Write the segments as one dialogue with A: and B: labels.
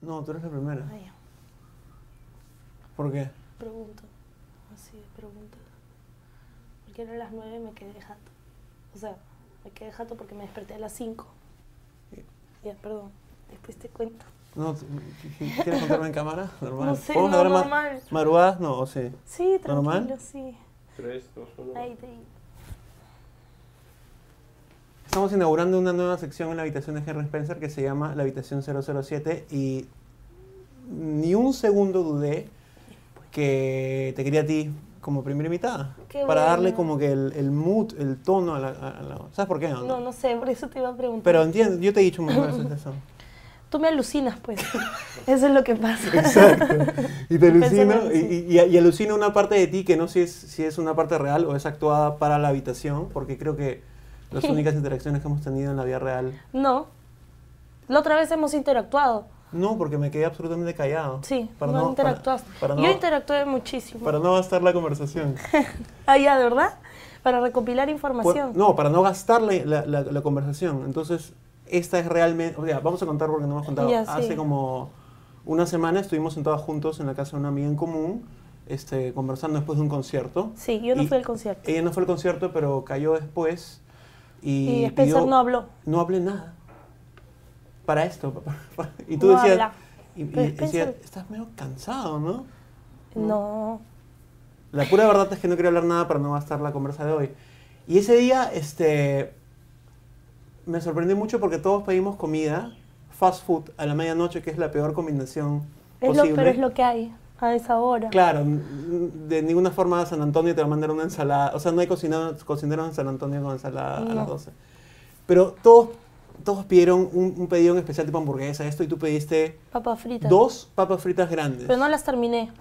A: No, tú eres la primera.
B: Ay,
A: ¿Por qué?
B: pregunto. Así de pregunta. Porque era a las 9 y me quedé jato. O sea, me quedé jato porque me desperté a las 5. Ya, perdón. Después te cuento.
A: No, tú- ¿Quieres contarme en cámara? Normal.
B: No sé,
A: ¿Podemos
B: no,
A: grabar ma-
B: normal.
A: maruadas? No, o sí.
B: Sí, tranquilo,
A: ¿Normal?
B: sí.
C: 3, 2, 1.
B: Ahí te
A: Estamos inaugurando una nueva sección en la habitación de Henry Spencer que se llama la habitación 007 y ni un segundo dudé que te quería a ti como primera invitada.
B: Qué
A: para darle
B: bueno.
A: como que el, el mood, el tono a la, a la- ¿Sabes por qué? no?
B: No, no sé, por eso te iba a preguntar.
A: Pero entiendo, yo te he dicho muchas veces eso.
B: Tú me alucinas, pues. Eso es lo que pasa.
A: Exacto. Y te
B: Yo pensé en
A: alucino, y,
B: eso.
A: y- y- y alucina una parte de ti que no sé si es, si es una parte real o es actuada para la habitación, porque creo que las únicas interacciones que hemos tenido en la vida real...
B: No. La otra vez hemos interactuado.
A: No, porque me quedé absolutamente callado.
B: Sí,
A: Para
B: no,
A: para-
B: interactuaste.
A: para
B: Yo
A: no-
B: interactué muchísimo.
A: Para no gastar la conversación.
B: Ah, ya, ¿de verdad? Para recopilar
A: Por-
B: información.
A: no, para no gastar la, la- la- la conversación. Entonces, esta es realmente... O sea, vamos a contar porque no hemos contado.
B: Ya, sí.
A: Hace como una semana estuvimos sentados juntos en la casa de una amiga en común, este, conversando después de un concierto.
B: Sí, yo no
A: Y-
B: fui al concierto.
A: Ella no fue al concierto, pero cayó después. Y,
B: Y, Spencer
A: pidió-
B: no habló.
A: No hablé nada. Para esto. pa- pa- pa- Y tú
B: No
A: decías.
B: habla.
A: Y, y
B: Pero Spencer-
A: decías, estás medio cansado, ¿no?
B: No.
A: La pura verdad es que no quería hablar nada para no gastar la conversa de hoy. Y ese día, este. Me sorprendió mucho porque todos pedimos comida, fast food, a la medianoche, que es la peor combinación
B: Es lo,
A: posible.
B: pero es lo que hay a esa hora.
A: Claro, n- n- de ninguna forma San Antonio te va a mandar una ensalada. O sea, no hay cocinado- cocineros en San Antonio con ensalada a
B: No.
A: las 12. Pero todos, todos pidieron un, un pedido en especial tipo hamburguesa, esto, y tú pediste
B: Papas fritas.
A: dos papas fritas grandes. Ah,
B: Pero no las terminé.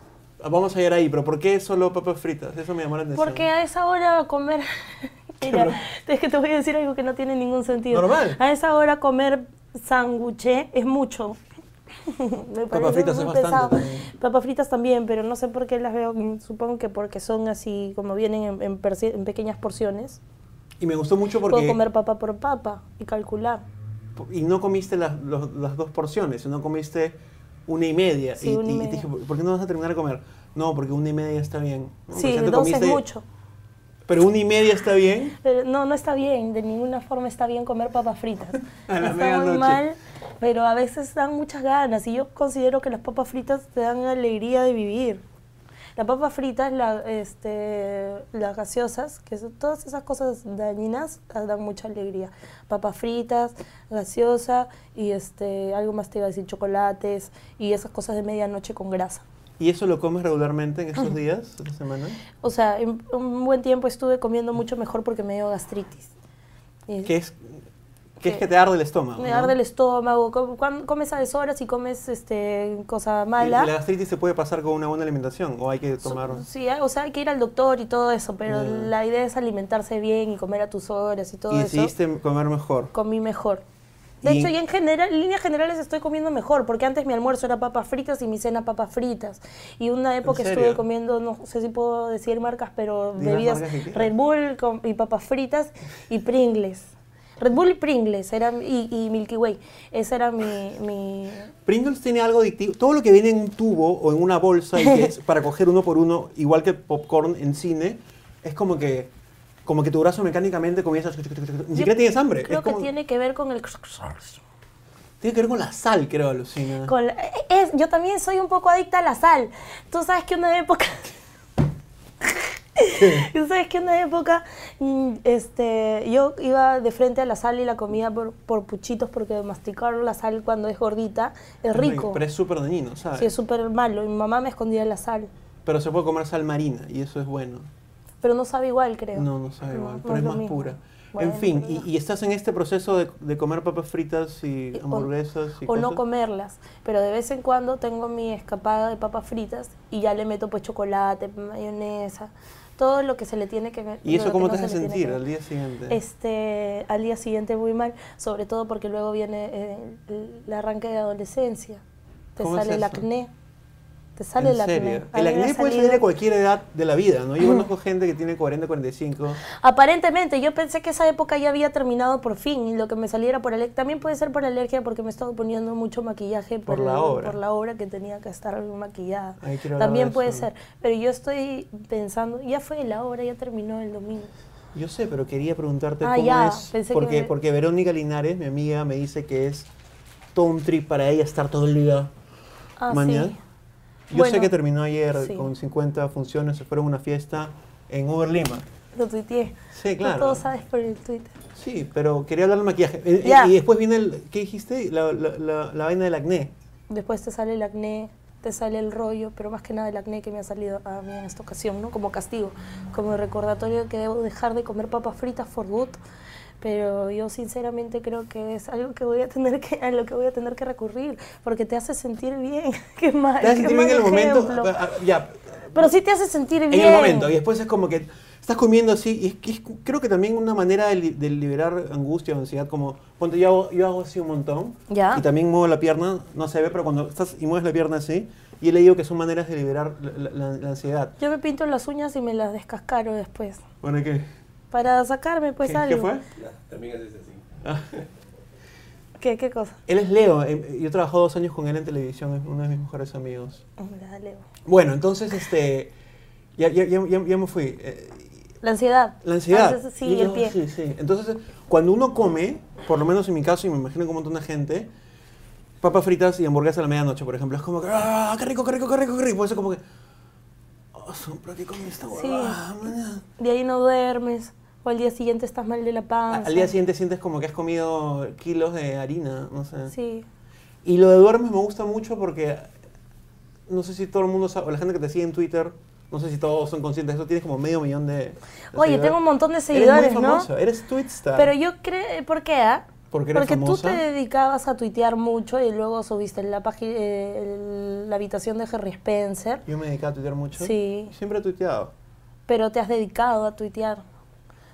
A: Vamos a llegar ahí, pero ¿por qué solo papas fritas? Eso me llamó la atención.
B: Porque a esa hora comer... Mira,
A: Claro.
B: es que te voy a decir algo que no tiene ningún sentido.
A: Normal.
B: A esa hora comer sándwiches es mucho. Me parece
A: fritas
B: muy
A: es bastante
B: pesado.
A: también.
B: Papas fritas también, pero no sé por qué las veo. mm, Supongo que porque son así, como vienen en, en perci- en pequeñas porciones.
A: Y me gustó mucho porque...
B: Puedo comer papa por papa y calcular.
A: Y no comiste las, los- las dos porciones, sino comiste una y media.
B: Sí,
A: y,
B: una y media.
A: te dije, ¿por qué no vas a terminar de comer? No, porque una y media está bien. ¿no?
B: Sí,
A: O sea, tú
B: dos es
A: comiste-
B: mucho.
A: Pero una y media está bien.
B: Pero no, no está bien, de ninguna forma está bien comer papas fritas.
A: A la
B: está
A: medianoche.
B: muy mal, pero a veces dan muchas ganas y yo considero que las papas fritas te dan alegría de vivir. Las papas fritas, la, este, las gaseosas, que son todas esas cosas dañinas, ah, dan mucha alegría. Papas fritas, gaseosa y este, algo más te iba a decir, chocolates y esas cosas de medianoche con grasa.
A: ¿Y eso lo comes regularmente en estos días, esta semana?
B: O sea, en un buen tiempo estuve comiendo mucho mejor porque me dio gastritis. Y-
A: Que es que, es
B: Sí.
A: que te arde el estómago.
B: Eh, Me
A: ¿no?
B: arde el estómago. com- cuan- Comes a deshoras y comes este, cosa
A: Y- y
B: mala.
A: la gastritis se puede pasar con una buena alimentación o hay que
B: So-
A: tomar...
B: sí, hay- o sea, hay que ir al doctor y todo eso, pero
A: Ya.
B: la idea es alimentarse bien y comer a tus horas y todo
A: y
B: eso.
A: decidiste comer mejor.
B: Comí mejor. De
A: Y-
B: hecho, ya en general, en líneas generales estoy comiendo mejor, porque antes mi almuerzo era papas fritas y mi cena papas fritas. Y una época
A: serio?
B: estuve comiendo, no sé si puedo decir marcas, pero
A: Di las
B: bebidas
A: marcas que quieras.
B: Red Bull con- y papas fritas y Pringles. Red Bull y Pringles eran, y, y Milky Way. Esa era mi- mi,
A: Pringles tiene algo adictivo. Todo lo que viene en un tubo o en una bolsa y que es para coger uno por uno, igual que popcorn en cine, es como que como que tu brazo mecánicamente comienza... a- Ni siquiera
B: Yo
A: tienes hambre.
B: Creo
A: es como- Ah,
B: que tiene que ver con el...
A: tiene que ver con la sal, creo, alucina.
B: con la- es- yo también soy un poco adicta a la sal. Tú sabes que una época... Tú sabes que una época mm, este, yo iba de frente a la sal y la comía por, por puchitos porque masticar la sal cuando es gordita es rico.
A: Pero es súper dañino, ¿sabes?
B: Sí, es súper malo. Mi mamá me escondía la sal.
A: Pero se puede comer sal marina y eso es bueno.
B: Pero no sabe igual, creo.
A: No, no sabe igual,
B: no
A: pero
B: es
A: es
B: lo
A: más
B: mismo.
A: pura.
B: Bueno,
A: en fin,
B: pero
A: y,
B: no.
A: y estás en este proceso de, de comer papas fritas y
B: Y- o-
A: hamburguesas y
B: o no
A: cosas.
B: comerlas, pero de vez en cuando tengo mi escapada de papas fritas y ya le meto pues chocolate, mayonesa, todo lo que se le tiene que
A: ¿Y eso
B: lo que
A: cómo
B: no
A: te
B: se
A: hace
B: le tiene que
A: sentir
B: ver.
A: al día siguiente?
B: Este, al día siguiente muy mal, sobre todo porque luego viene eh, el, el arranque de adolescencia, te
A: ¿Cómo es
B: sale el
A: eso?
B: acné, te te sale
A: ¿En
B: el
A: serio?
B: acné. A
A: El
B: mí me ha
A: acné puede
B: salido-
A: salir a cualquier edad de la vida, ¿no? Yo conozco gente que tiene 40, 45.
B: Aparentemente, yo pensé que esa época ya había terminado por fin y lo que me saliera por alergia, también puede ser por alergia porque me estaba poniendo mucho maquillaje
A: Por la obra.
B: por la obra que tenía que estar maquillada.
A: Ay, quiero hablar
B: También
A: de
B: puede
A: eso.
B: ser, pero yo estoy pensando, ya fue la obra, ya terminó el domingo.
A: Yo sé, pero quería preguntarte
B: Ah,
A: cómo
B: ya,
A: es.
B: pensé
A: porque,
B: que-
A: porque Verónica Linares, mi amiga, me dice que es todo un trip para ella estar todo el día
B: Ah,
A: mañana.
B: sí.
A: Yo sé
B: Bueno,
A: que terminó ayer
B: sí.
A: con 50 funciones, se fueron a una fiesta en Uber Lima.
B: Lo tuiteé.
A: Sí,
B: No
A: claro.
B: Todo sabes por el Twitter.
A: Sí, pero quería hablar del maquillaje. Eh, eh,
B: Ya.
A: Y después viene el. ¿Qué dijiste? La, la- la- la vaina del acné.
B: Después te sale el acné, te sale el rollo, pero más que nada el acné que me ha salido a mí en esta ocasión, ¿no? Como castigo, como recordatorio de que debo dejar de comer papas fritas for good. Pero yo sinceramente creo que es algo que voy a tener que a lo que voy a tener que recurrir, porque te hace sentir bien. qué mal.
A: Te vas a
B: qué
A: sentir
B: mal
A: bien en el momento.
B: ejemplo.
A: ah, ah, Ya,
B: Pero sí te hace sentir bien.
A: en el momento. Y después es como que estás comiendo así. Y es que es- creo que también una manera de, li- de liberar angustia o ansiedad. Como, ponte, yo hago, yo hago así un montón.
B: Ya.
A: Y también muevo la pierna. No se ve, pero cuando estás y mueves la pierna así. Y he leído que son maneras de liberar la, la- la- la ansiedad.
B: Yo me pinto las uñas y me las descascaro después
A: Bueno, ¿qué?
B: para sacarme pues
A: ¿Qué,
B: algo.
A: qué fue?
C: También haces así.
A: Ah.
B: ¿Qué qué cosa?
A: Él es Leo. eh, Yo he trabajado dos años con él en televisión. Es uno de mis mejores amigos.
B: Dale.
A: Bueno, entonces, este. Ya, ya, ya, ya- ya me fui. Eh,
B: La ansiedad.
A: La ansiedad.
B: Ah, sí,
A: Y
B: sí, el
A: yo-
B: pie.
A: Sí, sí. Entonces, cuando uno come, por lo menos en mi caso, y me imagino que un montón de gente, papas fritas y hamburguesas a la medianoche, por ejemplo, es como que, ¡ah, qué rico, qué rico, qué rico, qué rico! Por eso como que, ¡oh, son, pero qué comí Ah, esta
B: Sí.
A: huevada, maña?".
B: De ahí no duermes. O al día siguiente estás mal de la
A: A-
B: panza.
A: Al día siguiente sientes como que has comido kilos de harina, no sé.
B: Sí.
A: Y lo de duermes me gusta mucho porque no sé si todo el mundo sabe, o la gente que te sigue en Twitter, no sé si todos son conscientes de eso, tienes como medio millón de... de
B: Oye,
A: seguidores.
B: tengo un montón de
A: eres
B: seguidores,
A: muy
B: ¿no?
A: famoso, eh, eres Twitstar.
B: Pero yo creo, ¿por qué? ah?
A: Porque eres
B: Porque tú
A: famosa.
B: te dedicabas a tuitear mucho y luego subiste en la página, la habitación de Harry Spencer,
A: Yo me dedicaba a tuitear mucho.
B: Sí.
A: Siempre he tuiteado.
B: pero te has dedicado a tuitear.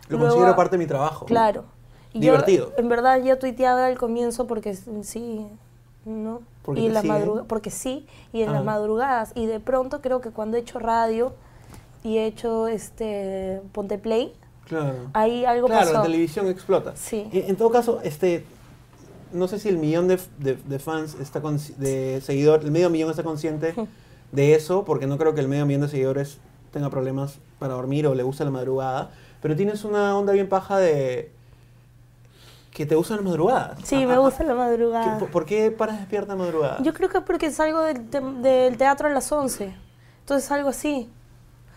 A: Lo
B: Luego-
A: considero parte de mi trabajo.
B: Claro. Y
A: Divertido.
B: Yo, en verdad, yo tuiteaba al comienzo porque s- sí, ¿no?
A: Porque
B: y
A: te
B: en las
A: siguen.
B: madruga- porque sí, y en
A: Ah.
B: las madrugadas. Y de pronto creo que cuando he hecho radio y he hecho este Ponte Play,
A: Claro.
B: ahí algo
A: claro, la
B: pasó.
A: televisión explota.
B: Sí.
A: En, en todo caso, este, no sé si el millón de, f- de- de fans está consci- de seguidores, el medio millón está consciente de eso, porque no creo que el medio millón de seguidores tenga problemas para dormir o le gusta la madrugada. Pero tienes una onda bien paja de que te gustan las madrugadas.
B: Sí, me
A: Ah, ah,
B: gusta la
A: ah.
B: madrugada.
A: ¿Qué- ah. por- ¿Por qué paras despierta de madrugada?
B: Yo creo que es porque salgo del, te- del teatro a las 11. Entonces algo así.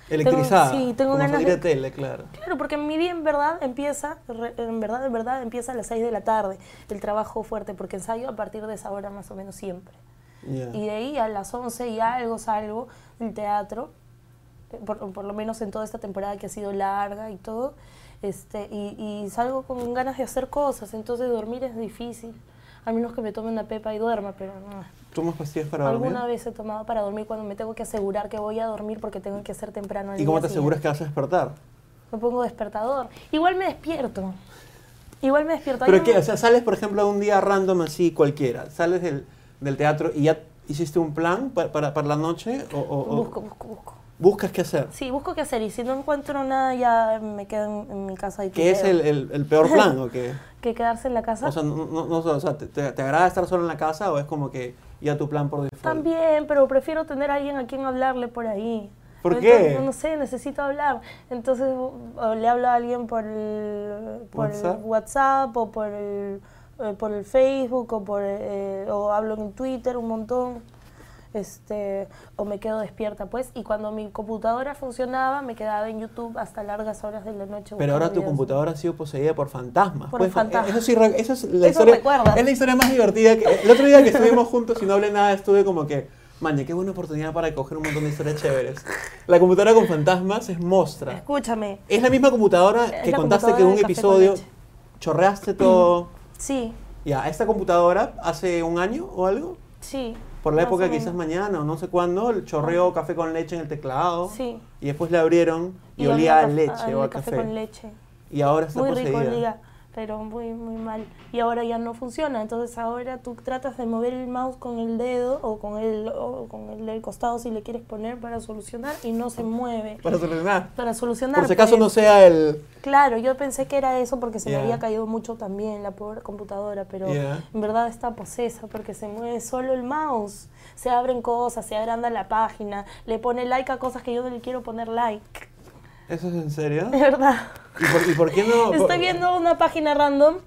A: Electrizada.
B: sí, tengo
A: como
B: ganas
A: salir
B: de-
A: de tele, claro.
B: Claro, porque mi vida en verdad empieza, re- en verdad, en verdad empieza a las 6 de la tarde, el trabajo fuerte, porque ensayo a partir de esa hora más o menos siempre.
A: Ya.
B: Y de ahí a las 11 y algo salgo del teatro, eh, por, por lo menos en toda esta temporada que ha sido larga y todo, este, y, y salgo con ganas de hacer cosas, entonces dormir es difícil, a menos que me tome una pepa y duerma, pero no.
A: ¿Tomas pastillas para dormir?
B: Alguna vez he tomado para dormir cuando me tengo que asegurar que voy a dormir porque tengo que hacer temprano. el
A: ¿Y cómo
B: día
A: te aseguras
B: siguiente.
A: que vas a despertar?
B: Me pongo despertador. Igual me despierto. Igual me despierto. Hay
A: Pero
B: un-
A: que, o sea, sales por ejemplo un día random así cualquiera, sales del, del teatro y ya hiciste un plan pa- para, para la noche o, o- o
B: Busco, busco, busco.
A: buscas qué hacer,
B: Sí, busco qué hacer y si no encuentro nada ya me quedo en, en mi casa. Y
A: que es
B: tuteo.
A: el, el- el peor plan o qué.
B: Que quedarse en la casa.
A: O sea, no, no- no- o sea, ¿te, te, te agrada estar solo en la casa o es como que ya tu plan por default?
B: También, pero prefiero tener a alguien a quien hablarle por ahí.
A: ¿Por
B: Ahorita,
A: qué?
B: No sé, necesito hablar. Entonces o le hablo a alguien por el, por el
A: ¿WhatsApp?
B: WhatsApp o por el, eh, por el Facebook o, por, eh, o hablo en Twitter un montón. Este, o me quedo despierta pues y cuando mi computadora funcionaba me quedaba en YouTube hasta largas horas de la noche
A: Pero ahora
B: buscando
A: tu
B: videos.
A: computadora ha sido poseída por fantasmas.
B: Por
A: Pues,
B: fantasmas.
A: Eso sí, re- esa es la
B: Eso
A: historia.
B: recuerdas.
A: Es la historia más divertida. Que, el otro día que estuvimos juntos y no hablé nada, estuve como que, man, qué buena oportunidad para coger un montón de historias chéveres. La computadora con fantasmas es mostra.
B: escúchame
A: Es la misma computadora
B: Es
A: que
B: la
A: contaste
B: computadora
A: que en un
B: de Café con
A: episodio
B: Leche.
A: chorreaste todo.
B: sí
A: Ya, esta computadora hace un año o algo,
B: sí
A: por la
B: más o
A: época
B: menos.
A: quizás mañana o no sé cuándo, el chorreó café con leche en el teclado.
B: Sí.
A: Y después la abrieron y,
B: Y
A: olía a
B: caf-
A: leche o a café.
B: café con leche
A: Y ahora está
B: Muy
A: poseída.
B: rico, diga. pero muy, muy mal. Y ahora ya no funciona, entonces ahora tú tratas de mover el mouse con el dedo o con el, o con el del costado si le quieres poner para solucionar y no se mueve.
A: Para solucionar.
B: Para solucionar.
A: Por si acaso
B: pues,
A: no sea el.
B: Claro, yo pensé que era eso porque se
A: Ya.
B: me había caído mucho también la pobre computadora, pero
A: Ya.
B: en verdad está posesa porque se mueve solo el mouse. Se abren cosas, se agranda la página, le pone like a cosas que yo no le quiero poner like.
A: ¿Eso es en serio?
B: De verdad.
A: ¿Y por, y por qué no? por-
B: Estoy viendo una página random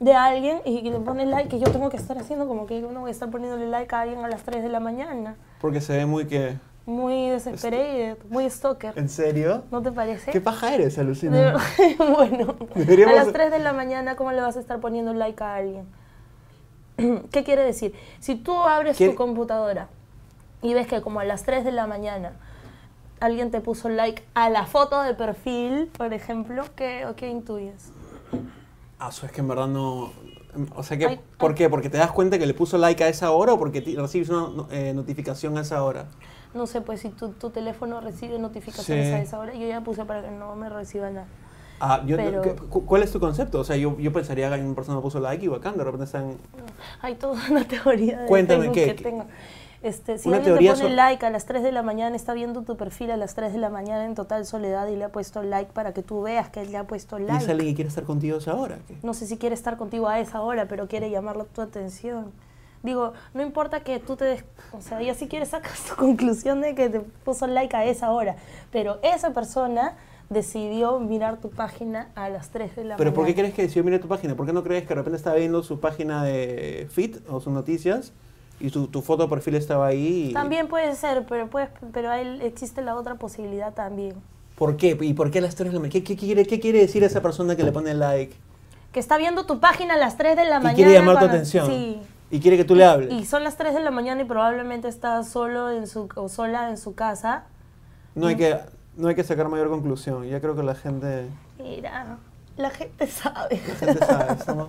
B: de alguien y y le pone like y yo tengo que estar haciendo como que yo no voy a estar poniéndole like a alguien a las 3 de la mañana.
A: Porque se ve muy que.
B: Muy desesperada, muy stalker.
A: ¿En serio?
B: ¿No te parece?
A: ¿Qué paja eres,
B: De
A: alucina?
B: verdad, bueno,
A: Deberíamos-
B: a las 3 de la mañana, ¿cómo le vas a estar poniendo like a alguien? ¿Qué quiere decir? Si tú abres
A: ¿Qué-
B: tu computadora y ves que como a las 3 de la mañana alguien te puso like a la foto de perfil, por ejemplo, ¿qué, o qué intuyes?
A: Ah, eso es que en verdad no. O sea que,
B: Ay,
A: ¿por
B: ay.
A: qué? ¿Porque te das cuenta que le puso like a esa hora o porque ti- recibes una no- eh, notificación a esa hora?
B: No sé, pues si tu, tu teléfono recibe notificaciones
A: Sí.
B: a esa hora, yo ya puse para que no me reciba nada.
A: Ah, yo,
B: Pero-
A: ¿qué- cu- ¿Cuál es tu concepto? O sea, yo, yo pensaría que una persona puso like y bacán, de repente están...
B: Hay toda una teoría de
A: Cuéntame,
B: Facebook
A: ¿qué-
B: que
A: qué?
B: tengo. Este, si
A: Una
B: alguien te
A: teoría
B: pone
A: so-
B: like a las 3 de la mañana, está viendo tu perfil a las 3 de la mañana en total soledad y le ha puesto like para que tú veas que él le ha puesto
A: Y es alguien
B: like.
A: que quiere estar contigo a esa hora. ¿qué?
B: No sé si quiere estar contigo a esa hora, pero quiere llamarlo tu atención. Digo, no importa que tú te des... O sea, ya si quieres sacas tu conclusión de que te puso like a esa hora. Pero esa persona decidió mirar tu página a las 3 de la
A: Pero
B: mañana.
A: ¿por qué crees que decidió mirar tu página? ¿Por qué no crees que de repente estaba viendo su página de Fit o sus noticias y su- tu foto de perfil estaba ahí? y-
B: También puede ser, pero puedes, pero hay- existe la otra posibilidad también.
A: ¿Por qué? ¿Y por qué las tres de la mañana? ¿Qué, qué quiere, ¿Qué quiere decir esa persona que le pone like?
B: Que está viendo tu página a las 3 de la mañana.
A: y quiere llamar tu
B: cuando-
A: atención.
B: Sí.
A: Y quiere que tú le hables.
B: Y son las 3 de la mañana y probablemente está solo en su, o sola en su casa.
A: No, hay que, no hay que sacar mayor conclusión. Ya creo que la gente...
B: Mira, la gente sabe.
A: La gente sabe, estamos-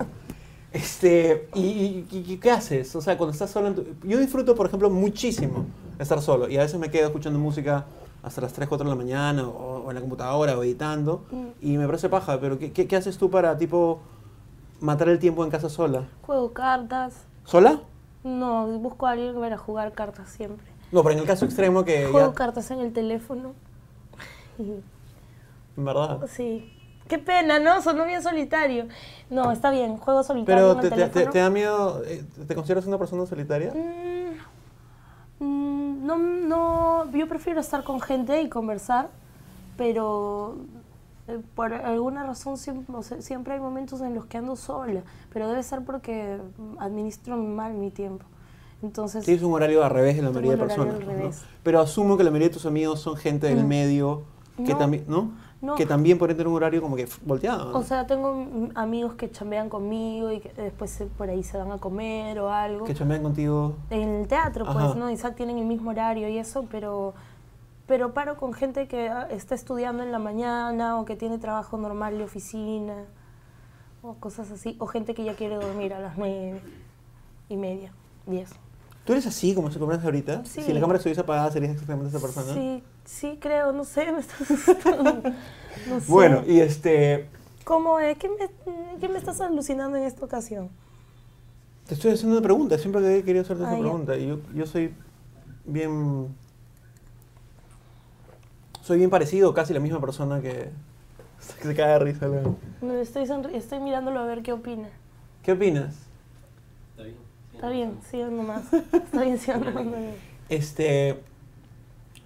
A: Este, y, y- y- y qué haces? O sea, cuando estás solo... en tu- Yo disfruto, por ejemplo, muchísimo estar solo. Y a veces me quedo escuchando música hasta las 3, 4 de la mañana, o, o en la computadora, o editando.
B: Mm.
A: Y me parece paja, pero ¿qué, qué, qué haces tú para, tipo, matar el tiempo en casa sola?
B: Juego cartas.
A: ¿Sola?
B: No, busco a alguien para jugar cartas siempre.
A: No, pero en el caso extremo que
B: Juego
A: Eh, ya...
B: cartas en el teléfono. Y- pues
A: En verdad.
B: Sí. Qué pena, ¿no? Sonó bien solitario. No, está bien, juego solitario
A: Pero
B: en
A: te,
B: el
A: te- te-
B: teléfono.
A: te da miedo... eh, ¿Te consideras una persona solitaria?
B: Mm, mm, No, no, yo prefiero estar con gente y conversar, pero eh, por alguna razón siempre, siempre hay momentos en los que ando sola, pero debe ser porque mm, administro mal mi tiempo. Entonces,
A: Tienes un horario al revés de la
B: Tengo
A: mayoría de
B: un horario
A: personas.
B: al
A: ¿no?
B: revés. Mm.
A: Pero asumo que la mayoría de tus amigos son gente del medio que
B: No.
A: también, ¿no?
B: No.
A: Que también pueden tener un horario como que f- volteado. ¿no?
B: o sea, tengo mm, amigos que chambean conmigo y que después se- por ahí se van a comer o algo.
A: que chamean contigo.
B: en el teatro, pues,
A: Ajá.
B: ¿no? Quizá tienen el mismo horario y eso, pero, pero paro con gente que ah, está estudiando en la mañana o que tiene trabajo normal de oficina o cosas así, o gente que ya quiere dormir a las nueve y media, diez.
A: ¿Tú eres así como se compras ahorita?
B: Sí.
A: Si la cámara estuviese apagada serías exactamente esa persona.
B: Sí, sí, creo, no sé, me estás asustando. No sé.
A: Bueno, y este
B: ¿Cómo es? ¿Qué me, qué me estás alucinando en esta ocasión?
A: te estoy haciendo una pregunta, siempre que he querido hacerte
B: Ah,
A: esa
B: ya.
A: pregunta. Y yo, yo soy bien soy bien parecido, casi la misma persona que, que se cae de risa. luego.
B: Me estoy, sonri- estoy mirándolo a ver qué opina.
A: ¿Qué opinas?
C: Está bien.
B: Está bien, sigan nomás. Está bien, sigan nomás. está bien.
A: Este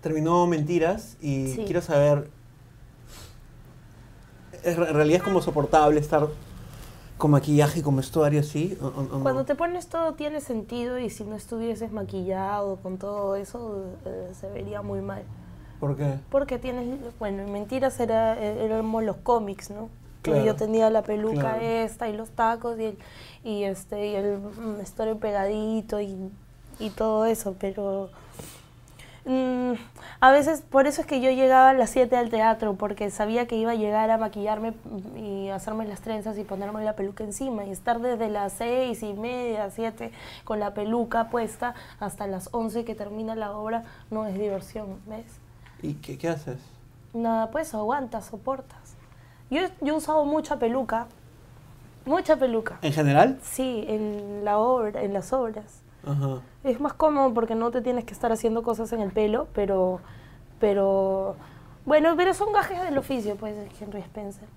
A: terminó Mentiras y
B: Sí.
A: quiero saber en re- en realidad es como soportable estar con maquillaje, con vestuario así. o- o- o no?
B: Cuando te pones todo tiene sentido y si no estuvieses maquillado con todo eso eh, se vería muy mal.
A: ¿Por qué?
B: Porque tienes, bueno, en mentiras era, eh, éramos los cómics, ¿no? Que
A: Claro.
B: Yo tenía la peluca
A: Claro.
B: esta y los tacos y el, y este, y el mm, vestuario pegadito y, y todo eso, pero mm, a veces por eso es que yo llegaba a las 7 al teatro, porque sabía que iba a llegar a maquillarme mm, y hacerme las trenzas y ponerme la peluca encima y estar desde las 6 y media, 7 con la peluca puesta hasta las 11 que termina la obra, no es diversión, ¿ves?
A: ¿Y qué, qué haces?
B: Nada, pues aguantas, soportas. Yo, yo he usado mucha peluca Mucha peluca.
A: ¿En general?
B: Sí, en la obra, en las obras.
A: Ajá.
B: Es más cómodo porque no te tienes que estar haciendo cosas en el pelo, pero pero bueno, pero son gajes del oficio, pues Henry Spencer.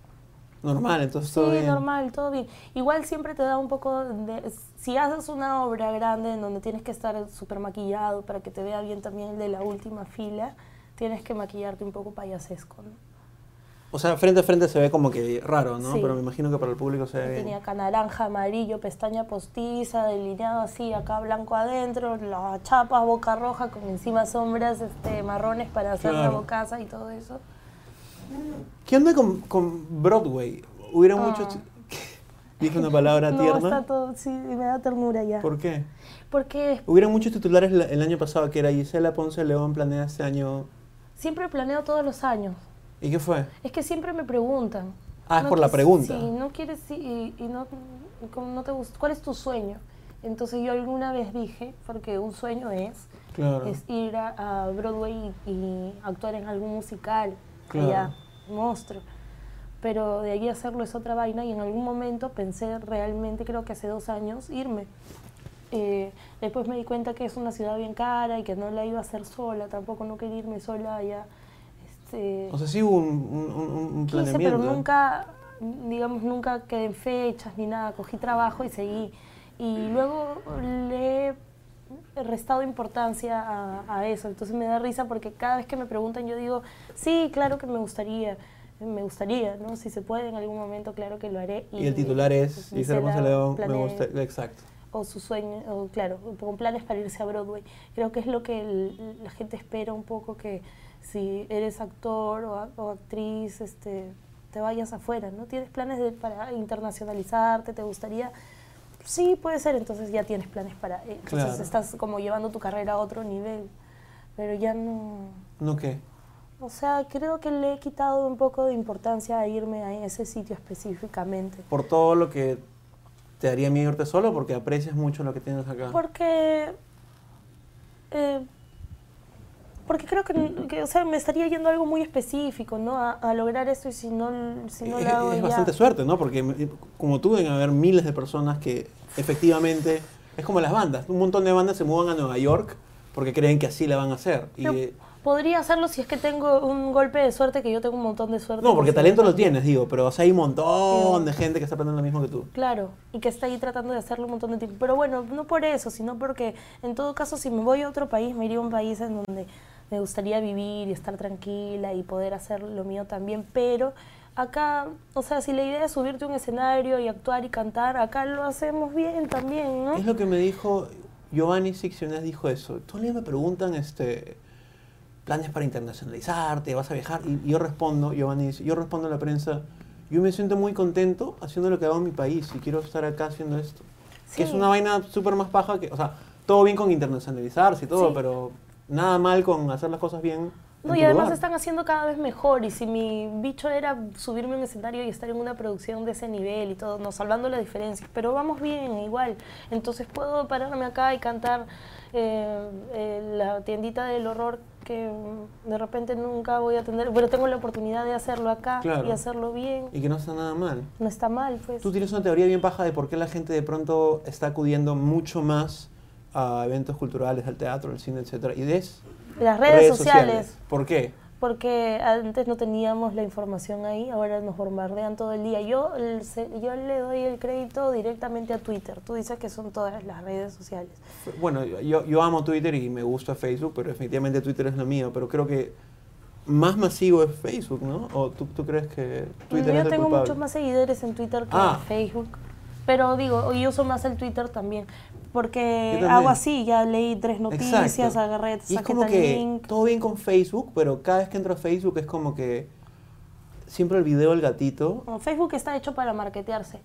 A: Normal, entonces todo
B: sí,
A: bien.
B: normal, todo bien. Igual siempre te da un poco de... Si haces una obra grande en donde tienes que estar súper maquillado para que te vea bien también el de la última fila, tienes que maquillarte un poco payasesco, ¿no?
A: O sea, frente a frente se ve como que raro, ¿no?
B: Sí.
A: Pero me imagino que para el público se ve bien.
B: Tenía acá naranja, amarillo, pestaña postiza, delineado así, acá blanco adentro, las chapas, boca roja, con encima sombras este, marrones para hacer la
A: Claro.
B: bocaza y todo eso.
A: ¿Qué onda con, con Broadway? Hubiera
B: Ah.
A: muchos... Dije una palabra
B: No,
A: tierna.
B: está todo, sí, me da ternura ya.
A: ¿Por qué?
B: Porque
A: Hubieron muchos titulares la- el año pasado que era Gisela Ponce León planea este año.
B: siempre planeo todos los años.
A: ¿Y qué fue?
B: Es que siempre me preguntan.
A: Ah, es por la
B: quis-
A: pregunta.
B: Sí, no quieres, sí, y, y no, como no te gusta. ¿Cuál es tu sueño? Entonces yo alguna vez dije, porque un sueño es,
A: Claro.
B: es ir a, a Broadway y, y actuar en algún musical,
A: Claro.
B: allá, monstruo. Pero de ahí hacerlo es otra vaina y en algún momento pensé realmente, creo que hace dos años, irme. Eh, después me di cuenta que es una ciudad bien cara y que no la iba a hacer sola, tampoco no quería irme sola allá. Este,
A: O sea, sí hubo un, un, un- un
B: quise,
A: planeamiento.
B: pero nunca, digamos, nunca quedé en fechas ni nada. Cogí trabajo y seguí. Y luego le he restado importancia a, a eso. Entonces me da risa porque cada vez que me preguntan yo digo, sí, claro que me gustaría. Me gustaría, ¿no? Si se puede en algún momento, claro que lo haré. pues,
A: Y el titular es Gisela Ponce León, me
B: planea-
A: gusta. Exacto.
B: o su sueño, o, claro, con planes para irse a Broadway. Creo que es lo que el- la gente espera un poco que si eres actor o, a- o actriz, este, te vayas afuera, ¿no? ¿Tienes planes de- para internacionalizarte? ¿Te gustaría? Sí, puede ser, entonces ya tienes planes para... eh, Entonces
A: Claro.
B: estás como llevando tu carrera a otro nivel, pero ya no...
A: ¿No qué?
B: O sea, creo que le he quitado un poco de importancia a irme a ese sitio específicamente.
A: Por todo lo que te haría miedo irte solo porque aprecias mucho lo que tienes acá.
B: Porque. eh, porque creo que, que, o sea, me estaría yendo a algo muy específico, ¿no? A, a lograr esto y si no, si no
A: es
B: lo hago.
A: es
B: ya-
A: bastante suerte, ¿no? Porque eh, como tú deben haber miles de personas que efectivamente es como las bandas. Un montón de bandas se mudan a Nueva York porque creen que así la van a hacer. Y,
B: Pero
A: eh,
B: podría hacerlo si es que tengo un golpe de suerte, que yo tengo un montón de suerte.
A: no, porque
B: Sí.
A: talento lo tienes, digo, pero o sea, hay un montón
B: Sí.
A: de gente que está aprendiendo lo mismo que tú.
B: Claro, y que está ahí tratando de hacerlo un montón de tiempo. Pero bueno, no por eso, sino porque en todo caso, si me voy a otro país, me iría a un país en donde me gustaría vivir y estar tranquila y poder hacer lo mío también. Pero acá, o sea, si la idea es subirte a un escenario y actuar y cantar, acá lo hacemos bien también, ¿no?
A: Es lo que me dijo Giovanni Sixiones, dijo eso. Todo el día me preguntan este, planes para internacionalizarte, vas a viajar. Y y yo respondo, Giovanni dice, yo respondo a la prensa, yo me siento muy contento haciendo lo que hago en mi país y quiero estar acá haciendo esto.
B: Sí.
A: Que es una vaina súper más paja que, o sea, todo bien con internacionalizarse y todo,
B: Sí.
A: pero nada mal con hacer las cosas bien. en
B: No, y
A: tu
B: además
A: lugar.
B: están haciendo cada vez mejor. Y si mi bicho era subirme a un escenario y estar en una producción de ese nivel y todo, no, salvando las diferencias, pero vamos bien, igual. Entonces puedo pararme acá y cantar eh, eh, la tiendita del horror que mm, de repente nunca voy a atender, pero tengo la oportunidad de hacerlo acá
A: Claro.
B: y hacerlo bien.
A: Y que no está nada mal.
B: No está mal, pues.
A: Tú tienes una teoría bien paja de por qué la gente de pronto está acudiendo mucho más a eventos culturales, al teatro, al cine, etcétera, y de es
B: Las redes, sociales.
A: ¿Por qué?
B: porque antes no teníamos la información ahí, ahora nos bombardean todo el día. Yo, el se- yo le doy el crédito directamente a Twitter. Tú dices que son todas las redes sociales.
A: Bueno, yo, yo amo Twitter y me gusta Facebook, pero definitivamente Twitter es lo mío, pero creo que más masivo es Facebook, ¿no? ¿O tú, tú crees que Twitter
B: yo
A: es el
B: tengo
A: culpable?
B: muchos más seguidores en Twitter que
A: Ah.
B: en Facebook. Pero digo, yo uso más el Twitter también. Porque
A: Yo también.
B: hago así, ya leí tres noticias,
A: Exacto.
B: agarré,
A: Y es
B: saqué
A: como
B: tal
A: que
B: link.
A: todo bien con Facebook, pero cada vez que entro a Facebook es como que siempre el video del gatito,
B: No, Facebook está hecho para marketearse.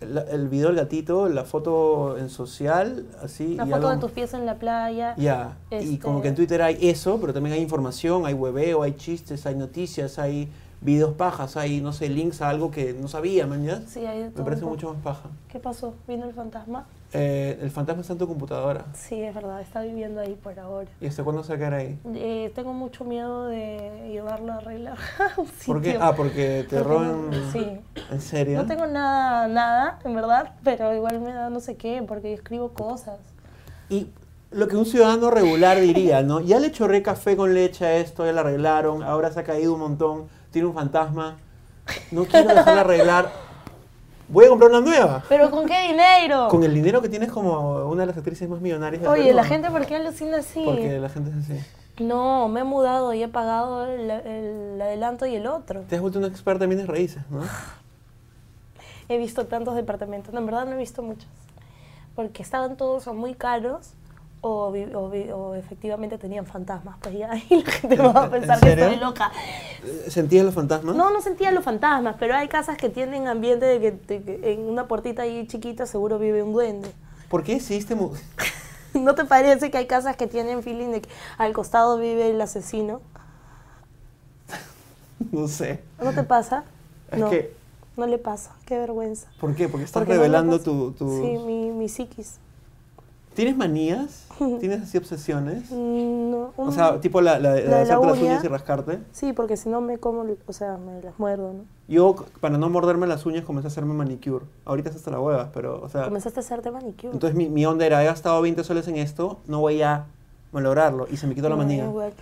A: la- el video del gatito, la foto en social, así.
B: La
A: y
B: foto
A: algo-
B: de tus pies en la playa.
A: Ya, y
B: Este-
A: como que en Twitter hay eso, pero también hay información, hay hueveo, hay chistes, hay noticias, hay videos pajas, hay, no sé, links a algo que no sabía, man, ya.
B: Sí, ahí
A: Me parece mucho más paja.
B: ¿Qué pasó? ¿Vino el fantasma?
A: Eh, el fantasma está en tu computadora.
B: Sí, es verdad, está viviendo ahí por ahora.
A: ¿Y hasta cuándo se va a quedar ahí?
B: Eh, tengo mucho miedo de llevarlo a arreglar a un
A: ¿Por qué?
B: sitio.
A: Ah, porque te
B: No
A: roban.
B: tengo- sí.
A: ¿En serio?
B: No tengo nada, nada, en verdad, pero igual me da no sé qué, porque yo escribo cosas.
A: Y lo que un ciudadano regular diría, ¿no? Ya le chorré café con leche a esto, ya la arreglaron, ahora se ha caído un montón, tiene un fantasma, no quiero dejarla arreglar, voy a comprar una nueva.
B: ¿Pero con qué dinero?
A: Con el dinero que tienes como una de las actrices más millonarias del
B: Oye,
A: Perú,
B: la
A: ¿no?
B: gente, ¿por qué alucina así?
A: Porque la gente es así.
B: No, me he mudado y he pagado el, el adelanto y el otro.
A: Te has vuelto una experta en bienes raíces, ¿no?
B: He visto tantos departamentos, no, en verdad no he visto muchos, porque estaban todos o muy caros o, vi- o vi- o efectivamente tenían fantasmas. Pues ya ahí la gente va a
A: ¿En
B: pensar que
A: serio?
B: estoy loca.
A: Eh, ¿Sentías los fantasmas?
B: No, no sentía los fantasmas, pero hay casas que tienen ambiente de que, de que en una puertita ahí chiquita seguro vive un duende.
A: ¿Por qué decidiste mu-
B: ¿No te parece que hay casas que tienen feeling de que al costado vive el asesino?
A: No sé.
B: ¿No te pasa?
A: Es
B: no,
A: que-
B: no le pasa. Qué vergüenza.
A: ¿Por qué? Porque estás
B: Porque no le
A: revelando
B: pasa.
A: tu... tu-
B: Sí, mi, mi psiquis.
A: ¿Tienes manías? ¿Tienes así obsesiones?
B: Mm, No,
A: O
B: un-
A: sea, tipo la, la, de-
B: la de la
A: hacerte las
B: uña.
A: uñas y rascarte.
B: Sí, porque si no me como, o sea, me las muerdo, ¿no?
A: Yo, c- para no morderme las uñas, comencé a hacerme manicure. Ahorita es hasta las huevas, pero, o sea...
B: Comenzaste a hacerte manicure.
A: Entonces mi, mi onda era, he gastado 20 soles en esto, no voy a malograrlo. Y se me quitó la
B: Ay,
A: manía.
B: güey.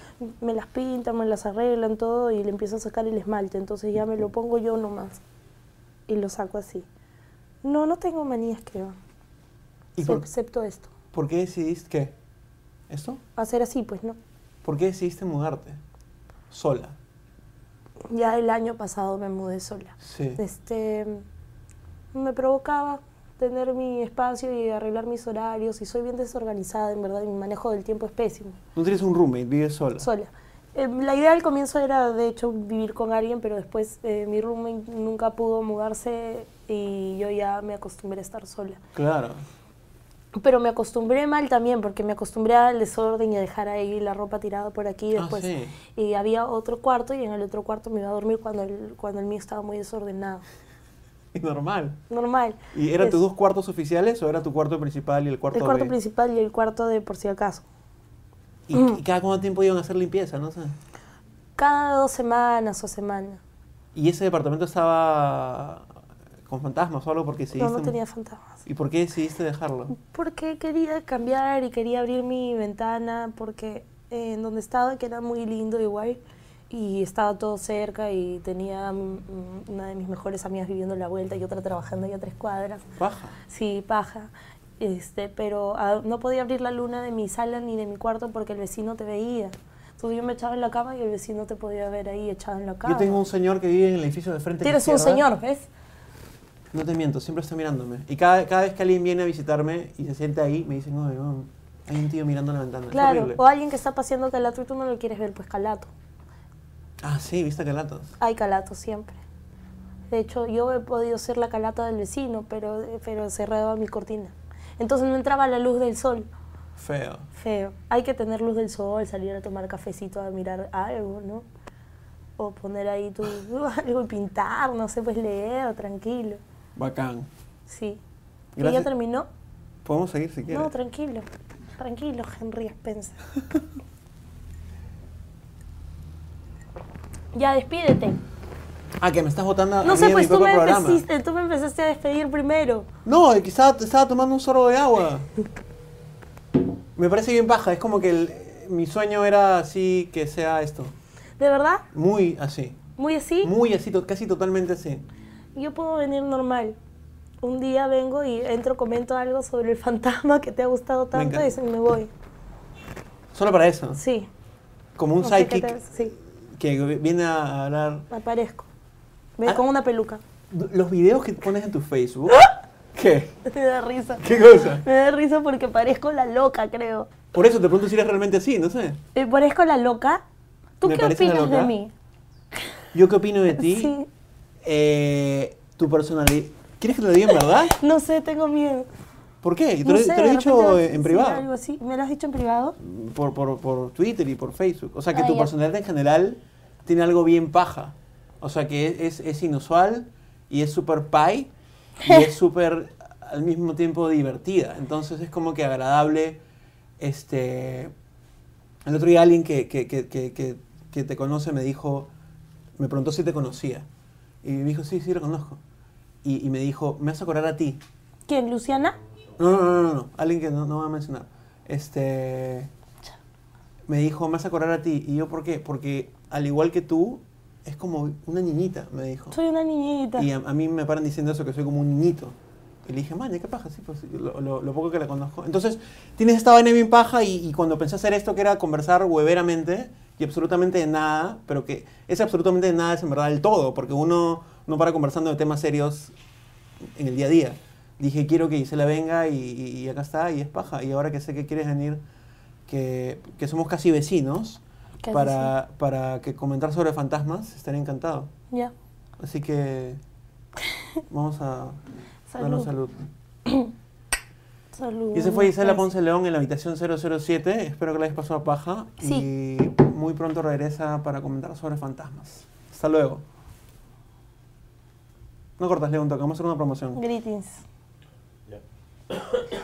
B: Me las pintan, me las arreglan todo y le empiezo a sacar el esmalte. Entonces ya me lo pongo yo nomás. Y lo saco así. No, no tengo manías, creo.
A: ¿Y
B: Sí,
A: por,
B: Excepto esto.
A: por qué decidiste qué? ¿Esto?
B: Hacer así, pues no.
A: ¿Por qué decidiste mudarte? Sola.
B: Ya el año pasado me mudé sola.
A: Sí.
B: Este, me provocaba tener mi espacio y arreglar mis horarios. Y soy bien desorganizada, en verdad. y Mi manejo del tiempo es pésimo.
A: No tienes un roommate, vives sola.
B: sola. Eh, la idea al comienzo era, de hecho, vivir con alguien, pero después eh, mi roommate nunca pudo mudarse y yo ya me acostumbré a estar sola.
A: Claro.
B: Pero me acostumbré mal también, porque me acostumbré al desorden y a dejar ahí la ropa tirada por aquí y
A: Ah,
B: después.
A: sí.
B: Y había otro cuarto y en el otro cuarto me iba a dormir cuando el, cuando el mío estaba muy desordenado.
A: Y normal.
B: Normal.
A: ¿Y eran
B: Es-
A: tus dos cuartos oficiales o era tu cuarto principal y el cuarto
B: El cuarto
A: B?
B: principal y el cuarto de por si acaso.
A: ¿Y, y cada cuánto tiempo iban a hacer limpieza? No sé.
B: Cada dos semanas o semana.
A: ¿Y ese departamento estaba con fantasmas o algo porque
B: No,
A: decidiste...
B: no tenía fantasmas.
A: ¿Y por qué decidiste dejarlo?
B: Porque quería cambiar y quería abrir mi ventana, porque eh, en donde estaba, que era muy lindo igual, y estaba todo cerca y tenía mm, una de mis mejores amigas viviendo en la vuelta y otra trabajando ahí a tres cuadras.
A: Baja.
B: Sí, paja. Este, pero ah, no podía abrir la luna de mi sala ni de mi cuarto porque el vecino te veía. Entonces yo me echaba en la cama y el vecino te podía ver ahí echado en la cama.
A: Yo tengo un señor que vive en el edificio de frente. a la
B: Tienes un
A: izquierda.
B: señor, ¿ves?
A: No te miento, siempre está mirándome. Y cada, cada vez que alguien viene a visitarme y se sienta ahí, me dicen, "Oye, weón, hay un tío mirando la ventana. Es
B: Claro.
A: horrible.
B: O alguien que está paseando calato y tú no lo quieres ver, pues calato.
A: Ah, sí, viste que latos.
B: Hay calato siempre. De hecho, yo he podido ser la calata del vecino, pero, pero cerraba mi cortina. Entonces no entraba la luz del sol.
A: Feo.
B: Feo. Hay que tener luz del sol, salir a tomar cafecito, a mirar algo, ¿no? O poner ahí tu, algo y pintar, no sé, pues leer, tranquilo.
A: Bacán.
B: Sí. ¿Y ya
A: Gracias.
B: terminó?
A: Podemos seguir si quieres.
B: No, tranquilo. Tranquilo, Henry Spencer. ya, despídete.
A: ah, que me estás botando a
B: No
A: mí
B: sé,
A: de
B: pues
A: mi
B: tú me,
A: propio programa.
B: empezaste, tú me empezaste a despedir primero.
A: No, eh, quizá te estaba tomando un sorbo de agua. Me parece bien baja, es como que el- eh, mi sueño era así que sea esto.
B: ¿De verdad?
A: Muy así.
B: ¿Muy así?
A: Muy así, to- casi totalmente así.
B: Yo puedo venir normal. Un día vengo y entro, comento algo sobre el fantasma que te ha gustado tanto
A: encanta.
B: y se- me voy.
A: Solo para eso.
B: Sí.
A: Como un
B: No sé qué
A: psychic
B: tal- Sí,
A: que viene a hablar.
B: aparezco. Ve
A: Ah.
B: con una peluca.
A: Los videos que pones en tu Facebook. ¿Qué?
B: Me da risa.
A: ¿Qué cosa?
B: Me da risa porque parezco la loca, creo.
A: Por eso te pregunto si eres realmente así, no sé.
B: Eh, ¿Parezco la loca? ¿Tú
A: ¿Me
B: qué
A: pareces la
B: opinas de
A: loca?
B: mí?
A: ¿Yo qué opino de ti?
B: Sí.
A: Eh, tu personalidad. ¿Quieres que te lo diga en verdad?
B: No sé, tengo miedo.
A: ¿Por qué? Te,
B: No
A: lo,
B: sé,
A: te lo
B: de
A: he
B: repente vas
A: dicho
B: a
A: en
B: decir
A: privado.
B: algo así. ¿Me lo has dicho en privado?
A: por, por, por Twitter y por Facebook. O sea, que
B: Ah,
A: tu
B: ya.
A: personalidad en general tiene algo bien paja. O sea, que es, es inusual y es súper pie y es súper al mismo tiempo divertida. Entonces es como que agradable. Este, el otro día alguien que, que, que, que- que- que te conoce me dijo, me preguntó si te conocía. Y me dijo, sí, sí, lo conozco. Y, y me dijo, me vas a acordar a ti.
B: ¿Quién? ¿Luciana?
A: No, no, no, no, no. alguien que no, no va a mencionar. Este, me dijo, me vas a acordar a ti. Y yo, ¿por qué? Porque al igual que tú, es como una niñita, me dijo.
B: Soy una niñita.
A: Y a, a mí me paran diciendo eso, que soy como un niñito. Y le dije, maña, ¿qué paja? Sí, pues lo, lo- lo poco que la conozco. Entonces, tienes esta vaina bien paja y, y cuando pensé hacer esto, que era conversar hueveramente y absolutamente de nada, pero que ese absolutamente de nada es en verdad el todo, porque uno no para conversando de temas serios en el día a día. Dije, quiero que Gisela venga y, y- y acá está, y es paja. Y ahora que sé que quieres venir, que, que somos casi vecinos,
B: Casi
A: para, para que comentar sobre fantasmas, estaré encantado.
B: Ya.
A: Así que vamos a darnos
B: Salud.
A: salud.
B: Salud.
A: Y ese fue Gisela
B: Gracias.
A: Ponce León en la habitación 007. Espero que la hayas pasado paja.
B: Sí.
A: Y muy pronto regresa para comentar sobre fantasmas. Hasta luego. No cortas, León, toca. Vamos a hacer una promoción.
B: Greetings.
C: Ya.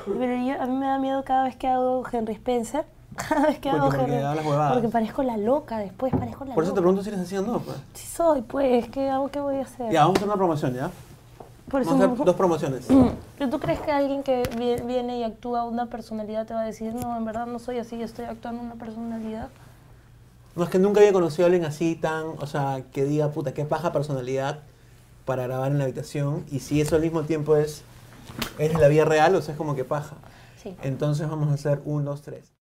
B: Pero yo, a mí me da miedo cada vez que hago Henry Spencer. Cada vez que
A: Porque-
B: hago
A: porque
B: Henry
A: da las huevadas.
B: Porque parezco la loca después, parezco la
A: Por eso te
B: loca.
A: pregunto si eres así o no. Pues.
B: Sí soy, pues, ¿qué hago? ¿Qué voy a hacer?
A: Ya, vamos a hacer una promoción, ¿ya?
B: Por eso
A: Vamos a
B: no-
A: hacer dos promociones.
B: ¿Pero tú crees que alguien que vi- viene y actúa una personalidad te va a decir, no, en verdad no soy así, estoy actuando una personalidad?
A: No, es que nunca había conocido a alguien así tan, o sea, que diga, puta, qué paja personalidad para grabar en la habitación. Y si eso al mismo tiempo es, es la vida real, o sea, es como que paja.
B: Sí.
A: Entonces vamos a hacer un, dos, tres.